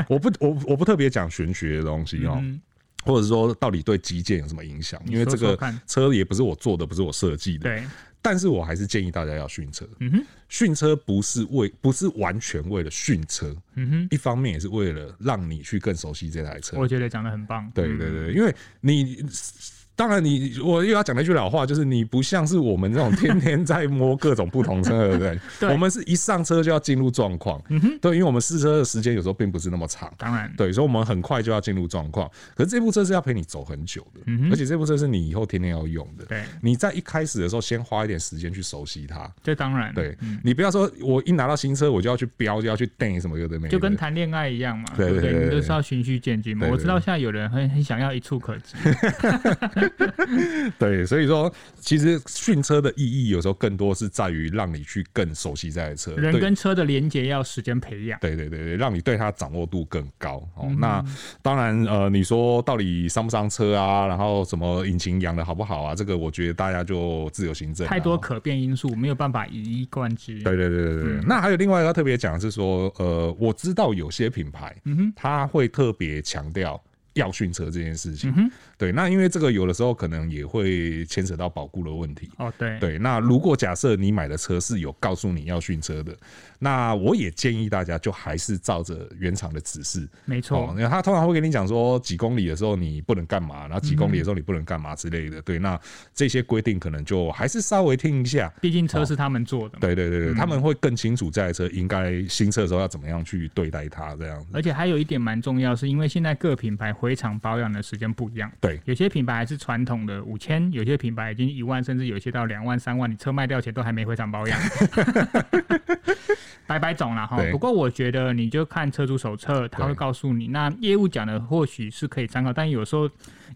Speaker 1: 我不我我不特别讲玄学的东西哦、
Speaker 2: 嗯
Speaker 1: 或者说到底对基建有什么影响？因为这
Speaker 2: 说说
Speaker 1: 个
Speaker 2: 看
Speaker 1: 车也不是我做的，不是我设计的，
Speaker 2: 对，
Speaker 1: 但是我还是建议大家要训车。
Speaker 2: 嗯哼，
Speaker 1: 训车不是为不是完全为了训车，
Speaker 2: 嗯哼，
Speaker 1: 一方面也是为了让你去更熟悉这台车。
Speaker 2: 我觉得讲的很棒。
Speaker 1: 对
Speaker 2: 嗯
Speaker 1: 对对，因为你当然你我又要讲那句老话，就是你不像是我 们这种天天在摸各种不同车的人，
Speaker 2: 对嗯
Speaker 1: 我们是一上车就要进入状况。对，因为我们试车的时间有时候并不是那么长。
Speaker 2: 当然，
Speaker 1: 对，所以我们很快就要进入状况。可是这部车是要陪你走很久的，而且这部车是你以后天天要用的。
Speaker 2: 嗯对
Speaker 1: 你在一开始的时候，先花一点时间去熟悉它。
Speaker 2: 这当然，
Speaker 1: 对、你不要说，我一拿到新车我就要去标，就要去定什么有的没的，
Speaker 2: 就跟谈恋爱一样嘛，
Speaker 1: 对对
Speaker 2: 对不
Speaker 1: 对
Speaker 2: 对？
Speaker 1: 对
Speaker 2: 你
Speaker 1: 对
Speaker 2: 都是要循序渐进嘛。
Speaker 1: 对对
Speaker 2: 我知道现在有人很很想要一触可及，
Speaker 1: 对，所以说其实训车的意义有时候更多是在于让你去更熟悉这台车，
Speaker 2: 人
Speaker 1: 对
Speaker 2: 跟车的连接要时间培养。
Speaker 1: 对对对对，让你对它掌握度更高哦。
Speaker 2: 嗯
Speaker 1: 那当然，呃，你说到底伤不伤车啊？然后什么引擎养的好不好啊？这个我觉得大家就自由行政啊、
Speaker 2: 太多可嗯变因素，没有办法一以贯之。
Speaker 1: 对对对对对。那还有另外一个要特别讲的是说，呃，我知道有些品牌，
Speaker 2: 嗯
Speaker 1: 它会特别强调。要训车这件事
Speaker 2: 嗯
Speaker 1: 情，对，那因为这个有的时候可能也会牵扯到保固的问题，
Speaker 2: 哦，对，
Speaker 1: 对，那如果假设你买的车是有告诉你要训车的，那我也建议大家就还是照着原厂的指示。
Speaker 2: 没
Speaker 1: 哦
Speaker 2: 错，，
Speaker 1: 那他通常会跟你讲说哦几公里的时候你不能干嘛，然后几公里
Speaker 2: 嗯
Speaker 1: 的时候你不能干嘛之类的。对，那这些规定可能就还是稍微听一下。
Speaker 2: 毕竟车是他们做的嘛。
Speaker 1: 对对对对，他们会更清楚这台车应该新车的时候要怎么样去对待它，这样子。
Speaker 2: 而且还有一点蛮重要，是因为现在各品牌回厂保养的时间不一样。
Speaker 1: 对
Speaker 2: 有些品牌还是传统的五千，有些品牌已经一万，甚至有些到两万、三万，你车卖掉前都还没回厂保养， 白白种了哈
Speaker 1: 对。
Speaker 2: 不过我觉得你就看车主手册，他会
Speaker 1: 对
Speaker 2: 告诉你。那业务讲的或许是可以参考，但有时候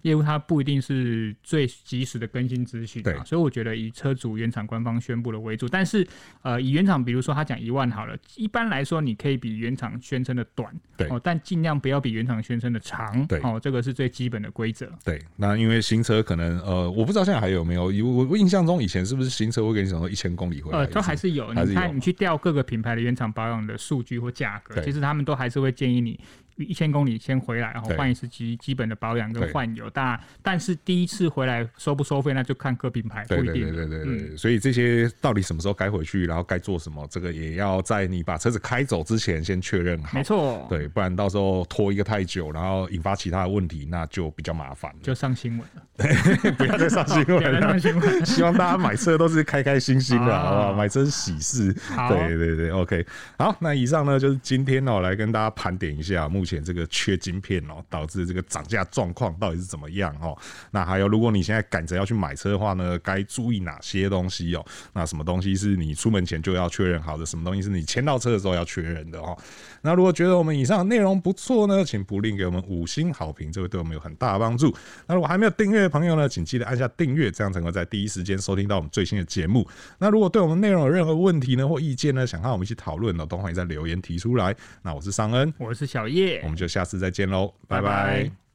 Speaker 2: 业务它不一定是最及时的更新资讯
Speaker 1: 对
Speaker 2: 啊，所以我觉得以车主原厂官方宣布的为主。但是呃，以原厂比如说他讲一万好了，一般来说你可以比原厂宣称的短，
Speaker 1: 对
Speaker 2: 哦，但尽量不要比原厂宣称的长，
Speaker 1: 对
Speaker 2: 哦，这个是最基本的规则。
Speaker 1: 对，那因为新车可能呃，我不知道现在还有没有，我我印象中以前是不是新车会跟你讲说一千公里回来一
Speaker 2: 呃，
Speaker 1: 次？
Speaker 2: 都还是有。
Speaker 1: 还是
Speaker 2: 你
Speaker 1: 有啊
Speaker 2: 看，你去调各个品牌的原厂保养的数据或价格，
Speaker 1: 对
Speaker 2: 其实他们都还是会建议你一千公里先回来，然后
Speaker 1: 对
Speaker 2: 换一次基基本的保养跟
Speaker 1: 对
Speaker 2: 换油。但但是第一次回来收不收费，那就看各品牌，不
Speaker 1: 对
Speaker 2: 一
Speaker 1: 对对
Speaker 2: 定。啊嗯
Speaker 1: 对对对，所以这些到底什么时候该回去，然后该做什么，这个也要在你把车子开走之前先确认好
Speaker 2: 没。错，
Speaker 1: 对，不然到时候拖一个太久，然后引发其他的问题，那就比较麻烦了。
Speaker 2: 就上新闻了，
Speaker 1: 不要再上新
Speaker 2: 不要
Speaker 1: 闻啊
Speaker 2: 再
Speaker 1: 了
Speaker 2: 上。新闻。
Speaker 1: 希望大家买车都是开开心心的，
Speaker 2: 啊
Speaker 1: 好不好？买车是喜事。
Speaker 2: 好
Speaker 1: 对对对，OK。好，那以上呢就是今天哦，来跟大家盘点一下目前这个缺晶片哦，导致这个涨价状况到底是怎么样哦。那还有，如果你现在赶着要去买车的话呢，该注意哪些东西哦？那什么东西是你出门前就要确认好的？什么东西是你签到车的时候要确认的哦？那如果觉得我们以上的内容不错呢，请不吝给我们五星好评，这会对我们有很大的帮助。那如果还没有订阅的朋友呢，请记得按下订阅，这样才能够在第一时间收听到我们最新的节目。那如果对我们内容有任何问题呢或意见呢，想和我们一起讨论呢，都欢迎在留言提出来。那我是尚恩，
Speaker 2: 我是小叶
Speaker 1: 我，们就下次再见喽，拜
Speaker 2: 拜
Speaker 1: 拜
Speaker 2: 拜